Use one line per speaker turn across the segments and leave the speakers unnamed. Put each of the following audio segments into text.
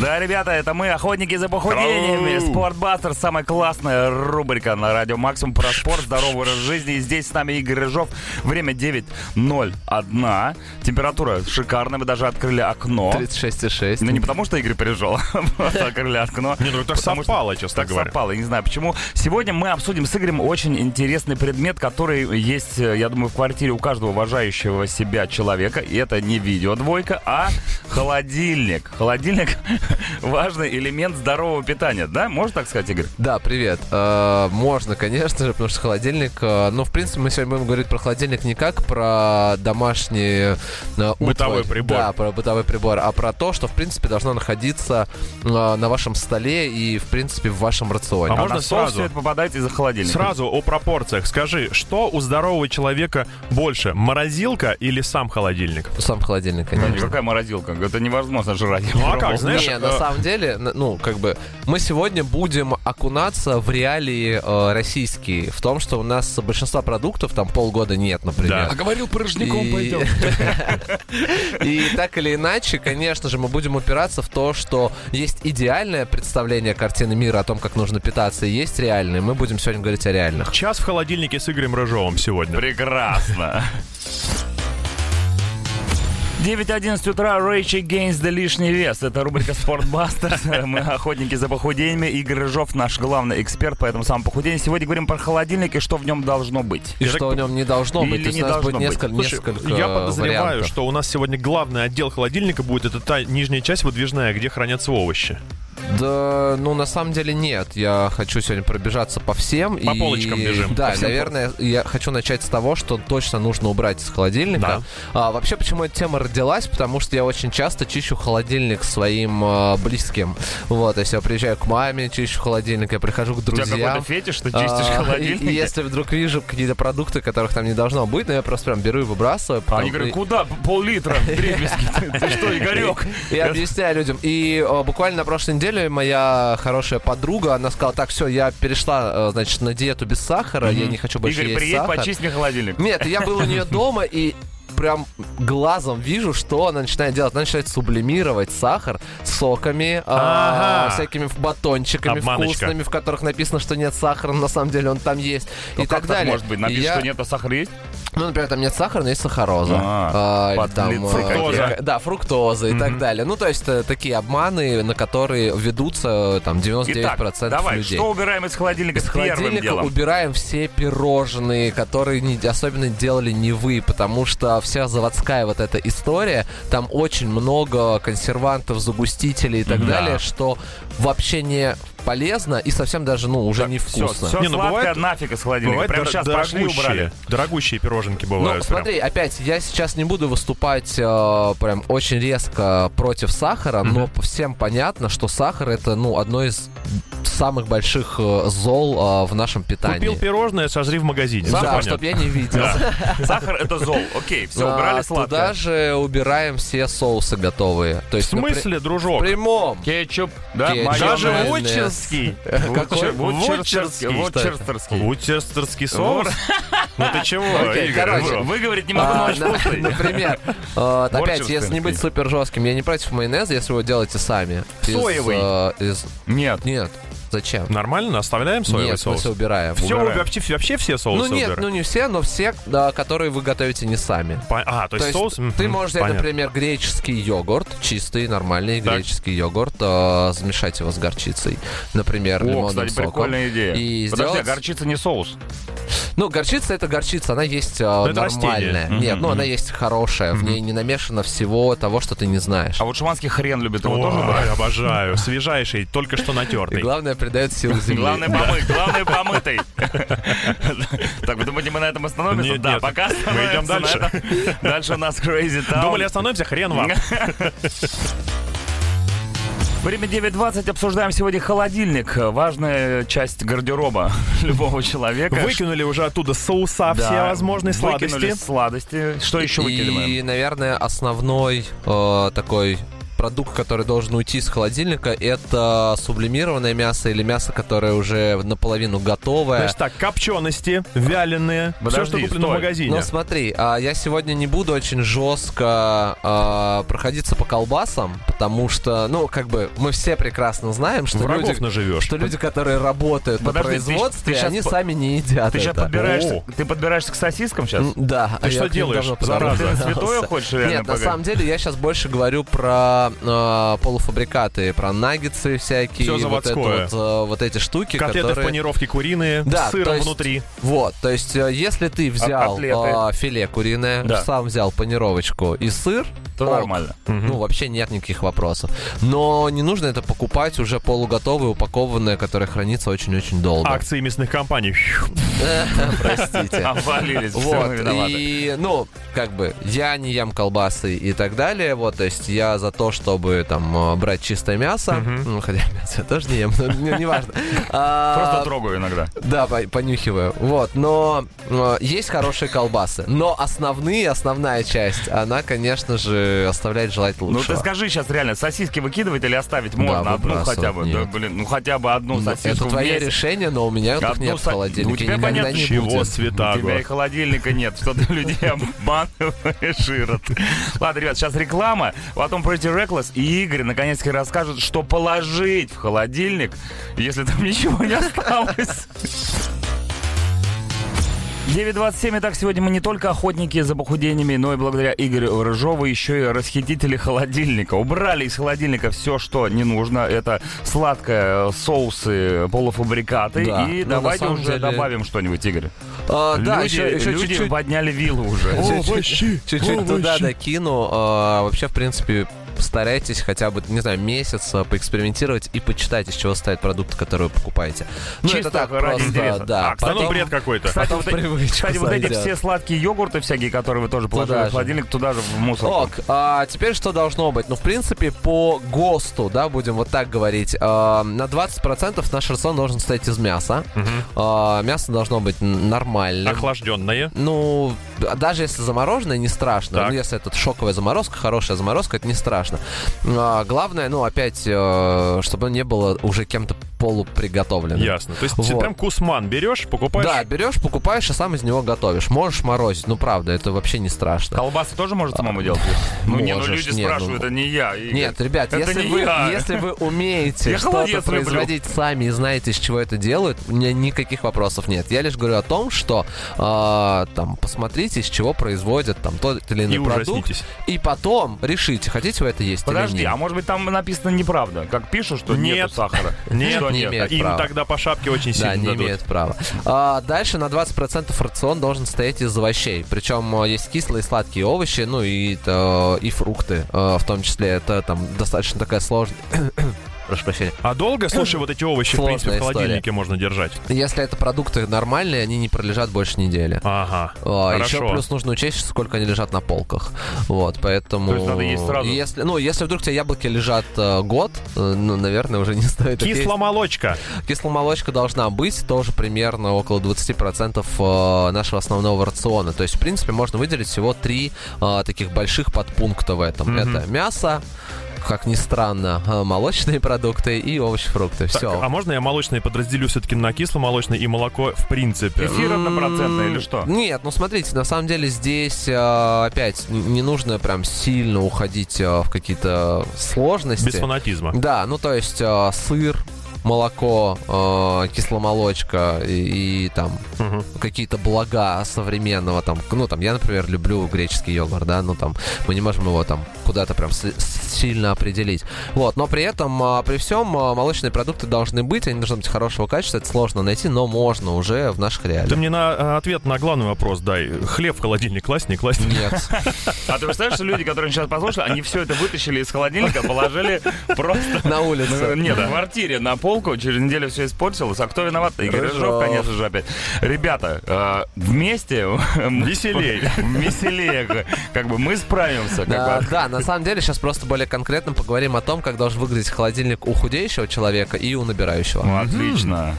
Да, ребята, это мы, охотники за похудениями.
Ау.
Спортбастер, самая классная рубрика на радио Максимум про спорт, здоровый образ жизни. И здесь с нами Игорь Рыжов. Время 9.01. Температура шикарная, мы даже открыли окно.
36,6.
Ну не потому, что Игорь пришел, просто открыли окно.
Не, ну так
Потому что
совпало, честно
так
говоря.
совпало, я не знаю почему. Сегодня мы обсудим с Игорем очень интересный предмет, который есть, э, я думаю, в квартире у каждого уважающего себя человека. И это не видеодвойка, а холодильник. Холодильник — важный элемент здорового питания, да? Можно так сказать, Игорь?
Да, привет. Э, можно, конечно же, потому что холодильник... э, ну, в принципе, мы сегодня будем говорить про холодильник не как про домашний э,
Бытовой
утварь.
прибор.
Да, про бытовой прибор, а про то, что, в принципе, должно находиться э, на вашем столе и, в принципе, в вашем рационе.
А можно
на стол
сразу?
все это попадает из-за холодильника.
Сразу о пропорциях. Скажи, что у здорового человека больше, морозилка или сам холодильник?
Сам холодильник,
Да,
конечно.
Какая морозилка? Это невозможно жрать.
Ну, а как, знаешь,
Не,
э,
на самом деле, н- ну, как бы, мы сегодня будем окунаться в реалии э, российские, в том, что у нас большинства продуктов там полгода нет, например.
Да.
А говорил, порожняком
И-
пойдет.
И так или иначе, конечно же, мы будем упираться в то, что есть идеальное представление картины мира о том, как нужно питаться, и есть реальное. Мы будем сегодня говорить о реальных.
Час в холодильнике с Игорем Рыжовым сегодня.
Прекрасно. 9.11 утра, Rage Against the лишний вес. Это рубрика «Спортбастер». Мы охотники за похудениями. Игорь Рыжов наш главный эксперт по этому самому похудению. Сегодня говорим про холодильник и что в нем должно быть.
И
Я
что
так
в нем не должно
Или
быть. То есть
не
у нас
должно
будет
быть.
несколько,
Слушай,
несколько
я подозреваю,
вариантов.
что у нас сегодня главный отдел холодильника будет это та нижняя часть выдвижная, где хранятся овощи.
Да, ну на самом деле нет. Я хочу сегодня пробежаться по всем.
По
и...
полочкам бежим.
Да,
По всем
наверное, я хочу начать с того, что точно нужно убрать из холодильника.
Да.
А, вообще, почему эта тема родилась? Потому что я очень часто чищу холодильник своим э, близким. Вот, если я приезжаю к маме, чищу холодильник, я прихожу к
У тебя какой-то
друзьям.
фетиш, ты
А,
чистишь
и-
холодильник?
И, если вдруг вижу какие-то продукты, которых там не должно быть, но я просто прям беру и выбрасываю. потом-
А Они говорят,
и-
куда пол-литра дребезги? Ты ты что, Игорек?
и объясняю людям. И э, буквально на прошлой неделе моя хорошая подруга, она сказала, так, все, я перешла, э, значит, на диету без сахара, я не хочу больше
Игорь,
есть
приедь,
сахар. Ну,
почисти мне холодильник.
Нет, я был у нее дома и прям глазом вижу, что она начинает делать. Она начинает сублимировать сахар соками, а,
Ага.
всякими ф- батончиками
Обманочка.
вкусными, в которых написано, что нет сахара, но на самом деле он там есть.
Ну
и
как
так далее.
может быть?
И
Напишешь,
я-
что нет, а сахар есть?
ну, например, там нет сахара, но есть сахароза.
А,
А, или там,
подлецы
э,
какие.
какая- Да, фруктоза и так далее. Ну, то есть э, такие обманы, на которые ведутся э, там 99%
Итак, давай,
людей.
что убираем из холодильника
Из
первым
холодильника
делом?
убираем все пирожные, которые не- особенно делали не вы, потому что вся заводская вот эта история, там очень много консервантов, загустителей и так
Да.
далее, что вообще не полезно и совсем даже, ну, уже невкусно.
Все, все
Не, ну,
сладкое
бывает-
нафиг из холодильника.
Бывает
Прямо
дор-
сейчас пошли и убрали.
дорогущие, дорогущие пироженки
Ну,
бывают. прям.
смотри, опять, я сейчас не буду выступать э, прям очень резко против сахара, но всем понятно, что сахар это, ну, одно из самых больших э, зол э, в нашем питании.
Купил пирожное, сожри в магазине. Всё
да,
понятно.
чтоб я не видел.
Сахар — это зол. Окей, все,
А,
убрали
Туда
сладкое.
же убираем все соусы готовые. То
В
есть, ну, напри-
смысле, дружок?
В прямом.
Кетчуп, да,
Кетчуп.
майонез.
Даже
майонез.
вотчинский.
Какой?
Вотчерский.
Вотчерский, что это?
Вотчерский.
Вутчерстерский соус? Ну ты чего,
Окей,
Игорь?
короче,
Рыжов?
Выговорить не могу, но
А,
очень
на-
вкусный.
Например, э, опять, если
Борчевский.
не быть супер жестким, я не против майонеза, если вы делаете сами. Из,
Соевый.
э, из-
Нет.
Нет, зачем?
Нормально, оставляем соевый
Нет, мы
соус?
все убираем.
Все,
убираем.
вообще, вообще все
Ну
соусы
нет,
убираем?
ну не все, но все, да, которые вы готовите не сами.
Пон- А,
То
то есть
есть
соус?
ты
Мгм,
можешь взять,
понятно.
например, греческий йогурт, чистый, нормальный
Так.
греческий йогурт, э, замешать его с горчицей, например,
О,
лимонным
кстати,
соком.
прикольная идея.
И
Подожди, а
сделать-
горчица не соус.
Ну, горчица это горчица, она есть э,
это
нормальная.
растение.
Нет,
Мгм,
ну она
мгм.
есть хорошая, в ней не намешано всего того, что ты не знаешь.
А вот шуманский хрен любит его тоже брать.
Ой, обожаю. Свежайший, только что
И
натертый.
главное, придает силу земли.
Главное помыть, главное помытый. Так, вы думаете, мы на этом остановимся?
Нет,
да,
нет.
пока
Мы
остановимся
идем
на
дальше.
этом. Дальше у нас Crazy Town.
Думали, остановимся, хрен вам.
Время 9.20. Обсуждаем сегодня холодильник. Важная часть гардероба любого человека.
Выкинули уже оттуда соуса
Да,
все возможные
выкинули
сладости.
сладости. Что еще
И,
выкидываем?
наверное, основной э, такой продукт, который должен уйти из холодильника, это сублимированное мясо или мясо, которое уже наполовину готовое.
Значит так, копчености, вяленые, все, что
Подожди,
куплено в
стой.
магазине.
Но смотри, а, я сегодня не буду очень жестко а, проходиться по колбасам, потому что, ну, как бы мы все прекрасно знаем, что
Врагов
люди,
наживешь.
что люди, которые работают на
Подожди, ты щ- ты
производстве,
щас
они
по-
сами не едят
Ты сейчас
это.
подбираешься,
О. Ну,
ты подбираешься к сосискам сейчас?
М, Да.
Ты
а я
что
к ним
делаешь,
давно
зараза?
подобрался.
Ты на святое хочешь реально
Нет, на
поговорить?
самом деле я сейчас больше говорю про э, полуфабрикаты, про наггетсы всякие,
Всё
вот, это
заводское.
вот, э, вот эти штуки,
Котлеты в
которые...
панировке куриные,
Да,
с сыром
то есть-
внутри.
Вот, то есть, э, если
А
ты взял
котлеты?
э, филе куриное,
Да.
сам взял панировочку и сыр,
То
ок.
нормально.
Ну, вообще нет никаких вопросов. Но не нужно это покупать уже полуготовое, упакованное, которое хранится очень-очень долго.
Акции мясных компаний.
Простите.
Обвалились, все
Вот,
мы виноваты.
и, ну, как бы, я не ем колбасы и так далее, вот, то есть я за то, чтобы, там, э, брать чистое мясо, ну, хотя мясо я тоже не ем, но не- неважно.
Просто
А,
трогаю иногда.
Да, по- понюхиваю, вот, но э, есть хорошие колбасы, но основные, основная часть, она, конечно же, оставляет желать
Ну ты
лучшего.
скажи сейчас реально, сосиски выкидывать или оставить можно? одну
выбрасывать,
хотя бы. Да,
нет.
блин, ну хотя бы одну
Ну,
сосиску
Это твое
в месяц.
решение, но у меня их
Одну
нет в
со-
холодильнике.
У тебя
и никогда
понятно,
не
Чего,
будет.
У тебя и
Светаго?
холодильника нет, что ты людей обманываешь, Ирод. Ладно, ребят, сейчас реклама, потом Pretty Reckless и Игорь наконец-таки расскажут, что положить в холодильник, если там ничего не осталось. 9.27, Итак, сегодня мы не только охотники за похудениями, но и благодаря Игорю Рыжову еще и расхитители холодильника. Убрали из холодильника все, что не нужно. Это сладкое, э, соусы, полуфабрикаты.
Да.
И
Ну, на
давайте
самом
уже
деле-
добавим что-нибудь, Игорь.
А, да,
люди,
еще, еще
люди
чуть-чуть.
подняли виллу уже.
Чуть- чуть- Чуть-чуть туда докину. А, Вообще, в принципе, старайтесь хотя бы, не знаю, месяц а, поэкспериментировать и почитать, из чего стоят продукты, которые вы покупаете. Ну,
Чисто
это так
ради
просто,
интереса.
да.
А,
Да ну
Потом-
бред какой-то.
Кстати,
потом
вот,
в привычку
кстати, вот эти
зайдёт.
все сладкие йогурты всякие, которые вы тоже положили
Туда
в
же.
холодильник, туда же в мусор.
Ок, а теперь что должно быть? Ну, в принципе, по ГОСТу, да, будем вот так говорить, а, на 20% наш рацион должен состоять из мяса. А, мясо должно быть н- нормальным.
Охлажденные.
Ну, а даже если замороженное, не страшно.
Так.
Ну, если это шоковая заморозка, хорошая заморозка, это не страшно. А, главное, ну, опять, э, чтобы оно не было уже кем-то полуприготовленным.
Ясно. То есть
Вот.
ты прям кусман берешь,
Да,
покупаешь.
берешь, покупаешь и сам из него готовишь. Можешь морозить, ну правда, это вообще не страшно.
Колбасы тоже может самому делать? Ну не, ну
а, можешь,
люди
не,
спрашивают,
ну-
это не я. Игорь.
Нет, ребят,
Это
если
не
вы,
я.
если вы умеете
Я
что-то
холодец люблю.
производить сами и знаете, из чего это делают, у меня никаких вопросов нет. Я лишь говорю о том, что а, там посмотрите, из чего производят там тот или иной
И
продукт,
ужаснитесь.
и потом решите, хотите вы это есть
Подожди,
или
а
нет.
может быть там написано неправда? Как пишут, что
Нет.
нету сахара.
Нет,
Что
не
нет?
имеет.
Им
права.
тогда по шапке очень
Да,
сильно
не
дадут.
имеет права. А, дальше на 20% рацион должен состоять из овощей. Причем а, есть кислые и сладкие овощи, ну и, э, и фрукты. э, в том числе это там достаточно такая сложная... Прошу прощения.
А долго, слушай, вот эти овощи, в
Сложная
принципе, в
история.
холодильнике можно держать.
Если это продукты нормальные, они не пролежат больше недели.
Ага.
А,
Хорошо.
Еще плюс нужно учесть, сколько они лежат на полках. Вот, поэтому...
То есть надо есть сразу?
Если, ну, если вдруг у тебя яблоки лежат э, год, э, ну, наверное, уже не стоит. их есть.
Кисломолочка.
Кисломолочка должна быть тоже примерно около 20% э, нашего основного рациона. То есть, в принципе, можно выделить всего три э, таких больших подпункта в этом.
Мгм.
Это мясо, как ни странно, э, молочные продукты и овощи, фрукты. Все.
А можно я молочные подразделю все-таки на кисломолочные и молоко в принципе?
Эфир
М-м.
однопроцентный или что?
Нет, ну смотрите, на самом деле здесь э, опять н- не нужно прям сильно уходить э, в какие-то сложности.
Без фанатизма.
Да, ну то есть э, сыр, молоко, э, кисломолочка и, и там
Мгм.
какие-то блага современного там, ну там я, например, люблю греческий йогурт, да, ну там мы не можем его там куда-то прям с- с- сильно определить, вот, но при этом а, при всем а, молочные продукты должны быть, они должны быть хорошего качества, это сложно найти, но можно уже в наших
Ты
реалиях.
мне на э, ответ на главный вопрос дай. Хлеб в холодильник класть, не класть?
Нет.
А ты представляешь, что люди, которые сейчас послушали, они все это вытащили из холодильника, положили просто...
На
Ну,
улице.
Нет, в квартире на полку, через неделю все испортилось. А кто виноват? Игорь
Рыжов.
Рыжов, конечно же, опять. Ребята, э, вместе...
Веселей.
Веселее. как- Как бы мы справимся. как
А,
бы.
да, на самом деле сейчас просто более конкретно поговорим о том, как должен выглядеть холодильник у худеющего человека и у набирающего.
Ну, Отлично.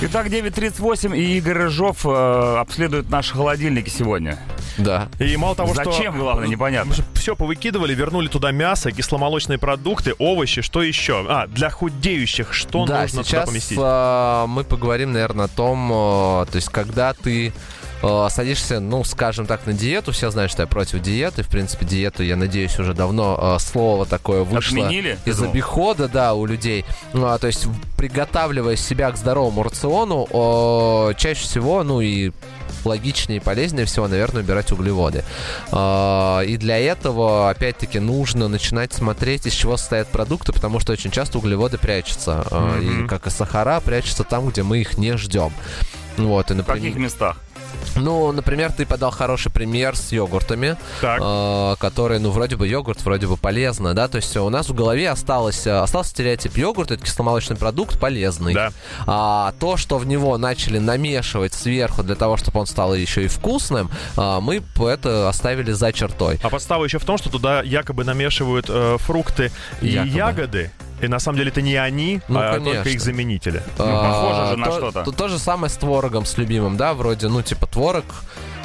Итак, 9.38, и Игорь Рыжов э, обследует наши холодильники сегодня.
Да.
И мало того, что...
Зачем, главное, непонятно.
Все повыкидывали, вернули туда мясо, кисломолочные продукты, овощи, что еще? А, для худеющих, что
да,
нужно туда
сейчас
поместить?
а, мы поговорим, наверное, о том, а, то есть, когда ты а, садишься, ну, скажем так, на диету, все знают, что я против диеты, в принципе, диету, я надеюсь, уже давно а, слово такое вышло
Отменили? Ты
из
Ну.
думал?
обихода, да, у людей. Ну, а, то есть, приготавливая себя к здоровому рациону, а, чаще всего, ну, и логичнее и полезнее всего, наверное, убирать углеводы. А, И для этого, опять-таки, нужно начинать смотреть, из чего состоят продукты, потому что очень часто углеводы прячутся. А,
Мгм.
И, как и сахара, прячутся там, где мы их не ждем. Вот, и,
В каких
например,
местах?
ну, например, ты подал хороший пример с йогуртами,
Так.
э, которые, ну, вроде бы йогурт, вроде бы полезно, да, то есть у нас в голове осталось, э, остался стереотип йогурт, это кисломолочный продукт, полезный.
Да.
А то, что в него начали намешивать сверху для того, чтобы он стал еще и вкусным, а, мы п- это оставили за чертой.
А подстава еще в том, что туда якобы намешивают э, фрукты и
Якобы.
ягоды. И на самом деле это не они,
Ну,
а
конечно.
только их заменители.
Ну, похоже же на
А, то,
что-то.
То, то же самое с творогом, с любимым, да, вроде, ну, типа, творог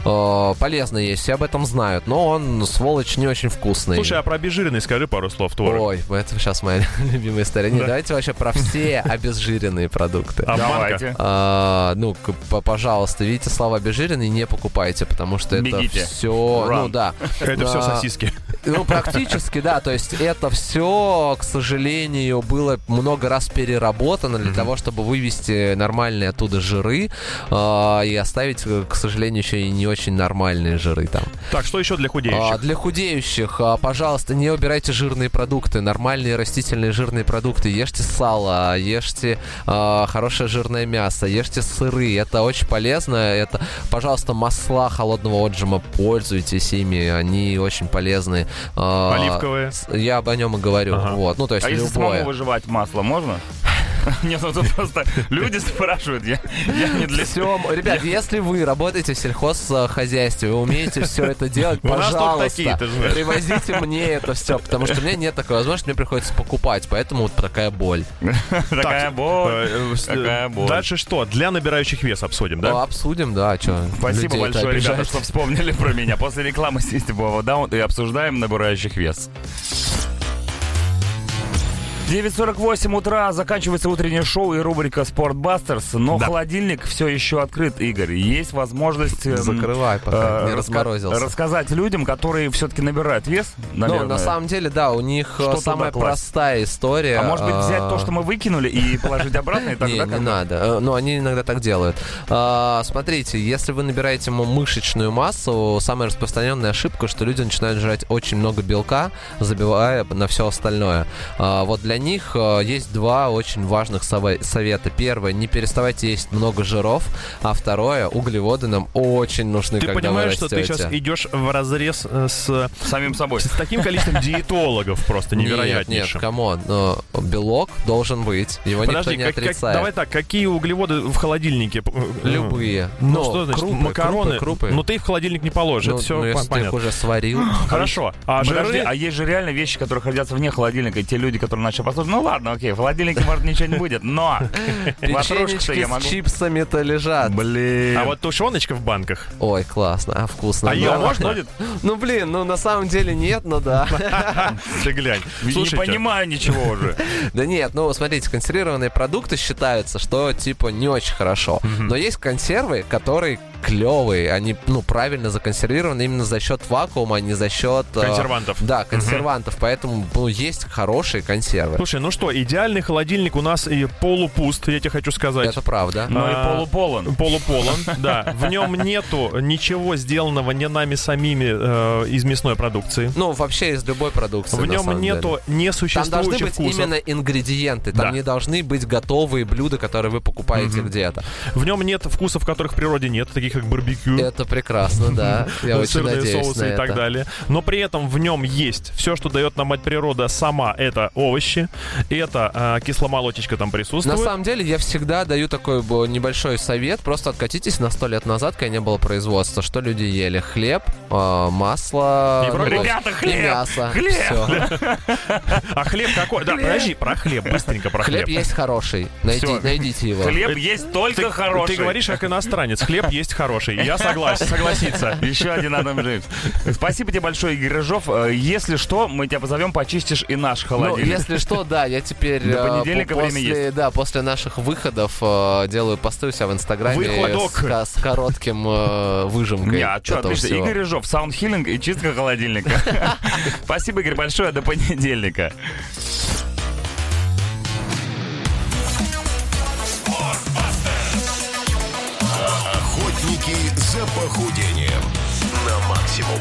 э, полезный есть, все об этом знают, но он, сволочь, не очень вкусный.
Слушай, а про обезжиренный скажи пару слов, творог.
Ой, это сейчас моя любимая история. Не,
Да. А
давайте вообще про все обезжиренные продукты.
Обманка.
Давайте.
А, ну, к- п- пожалуйста, видите слова обезжиренный, не покупайте, потому что это
Бегите.
все.
Run.
Ну да.
Это все
Да.
сосиски.
Ну, практически, да. То есть это все, к сожалению, было много раз переработано для того, чтобы вывести нормальные оттуда жиры а, и оставить, э, к сожалению, еще и не очень нормальные жиры там.
Так, что еще для
А,
худеющих?
для худеющих, а, пожалуйста, не убирайте жирные продукты, нормальные растительные жирные продукты. Ешьте сало, ешьте а, хорошее жирное мясо, ешьте сыры. Это очень полезно. Это, пожалуйста, масла холодного отжима, пользуйтесь ими, они очень полезны. А,
Оливковые.
с- Я об о нем и говорю.
Ага.
Вот, ну то есть
А если самому
любое.
выживать масло, можно? Нет, ну тут просто люди спрашивают, я, я не для себя.
Всё, ребят, если вы работаете в сельхозхозяйстве, вы умеете все это делать,
У нас тут такие,
пожалуйста,
ты знаешь.
привозите мне это все, потому что у меня нет такой возможности, мне приходится покупать, поэтому вот такая боль.
Такая
Так,
боль.
э, э, с-
Такая боль.
Дальше что? Для набирающих вес обсудим,
Ну,
да?
обсудим, да, что.
Спасибо большое, ребята, что вспомнили про меня. После рекламы System of a Down и обсуждаем набирающих вес. 9.48 утра, заканчивается утреннее шоу и рубрика «Спортбастерс», но
Да.
холодильник все еще открыт, Игорь. Есть возможность... эм,
Закрывай, пока
э,
не
разма-
раскорозился.
Рассказать людям, которые все-таки набирают вес,
Ну,
наверное.
на самом деле, да, у них э,
Что
самая
туда класть?
простая история.
А может быть взять то,
а,
что мы выкинули, и положить обратно, и
не,
тогда
не
как бы-
надо. Э, Но они иногда так делают. А, Смотрите, если вы набираете му- мышечную массу, самая распространенная ошибка, что люди начинают жрать очень много белка, забивая на все остальное. А, Вот для них а, есть два очень важных сове- совета. Первое, не переставайте есть много жиров, а второе, углеводы нам очень нужны,
Ты
когда
понимаешь,
вы
что ты сейчас
растёте.
идешь в разрез э, с,
ну,
самим собой.
с таким количеством диетологов просто
Нет, нет,
невероятнейшим.
камон, но белок должен быть, его никто
Подожди,
не
как- как-
отрицает.
давай так, какие углеводы в холодильнике? э,
Любые.
Ну,
Но
что значит
крупы,
макароны?
крупы, крупы.
Ну ты их в холодильник не положишь,
Ну,
это все
ну, если ты их
понятно.
уже сварил.
Хорошо. А
Подожди,
жиры?
а есть же реально вещи, которые хранятся вне холодильника, и те люди, которые начали послушать, ну ладно, окей, в холодильнике, может, ничего не будет, но ватрушку-то
Печенечки
я
с
могу...
чипсами-то лежат.
Блин.
А вот тушеночка в банках.
Ой, классно, а вкусно.
А
Ну,
её
да.
можно?
будет?
Ну блин, ну на самом деле нет, ну да.
Ты глянь.
не
Слушайте,
понимаю ничего уже.
Да нет, ну смотрите, консервированные продукты считаются, что типа не очень хорошо. Но есть консервы, которые клевые, они ну правильно законсервированы именно за счет вакуума, а не за счет э,
Консервантов.
Да, консервантов, поэтому ну, есть хорошие консервы.
Слушай, ну что, идеальный холодильник у нас и полупуст, я тебе хочу сказать.
Это правда.
Но и
А,
полуполон.
Полуполон, да. В нем нету ничего сделанного не нами самими э, из мясной продукции.
Ну, вообще из любой продукции.
В
на
нем
самом деле.
нету
Там должны
несуществующих
быть
вкусов.
именно ингредиенты, там
Да.
не должны быть готовые блюда, которые вы покупаете где-то.
В нем нет вкусов, которых в природе нет, таких как барбекю.
Это прекрасно, да. Я очень
сырные
надеюсь
соусы
на
и
это.
так далее. Но при этом в нем есть все, что дает нам мать природа сама. Это овощи, это а, кисломолочечка там
На
присутствует.
самом деле, я всегда даю такой б- небольшой совет. Просто откатитесь на сто лет назад, когда не было производства. Что люди ели? Хлеб, э, масло,
И
ну,
брокколи.
Ребята,
и
хлеб!
мясо.
Хлеб!
Всё.
А хлеб какой? Да, подожди, про хлеб, быстренько про хлеб.
Хлеб есть хороший. Найди-
Всё.
Найдите его.
Хлеб есть только
Ты
хороший.
говоришь как иностранец, хлеб есть хороший. Я согласен, согласиться.
Еще один Адам Джеймс. Спасибо тебе большое, Игорь Рыжов. Э, Если что, мы тебя позовем, почистишь и наш
Ну,
холодильник.
если что, да, я теперь
До
э, по-
понедельника время
после,
есть.
да, после наших выходов э, делаю посты у себя в Инстаграме
Выходок.
с, ко- с коротким э, выжимкой.
Не, а что,
этого
отлично.
всего.
Игорь Рыжов, саундхиллинг и чистка холодильника. Спасибо, Игорь, большое. До понедельника.
Охотники за похудением на максимум.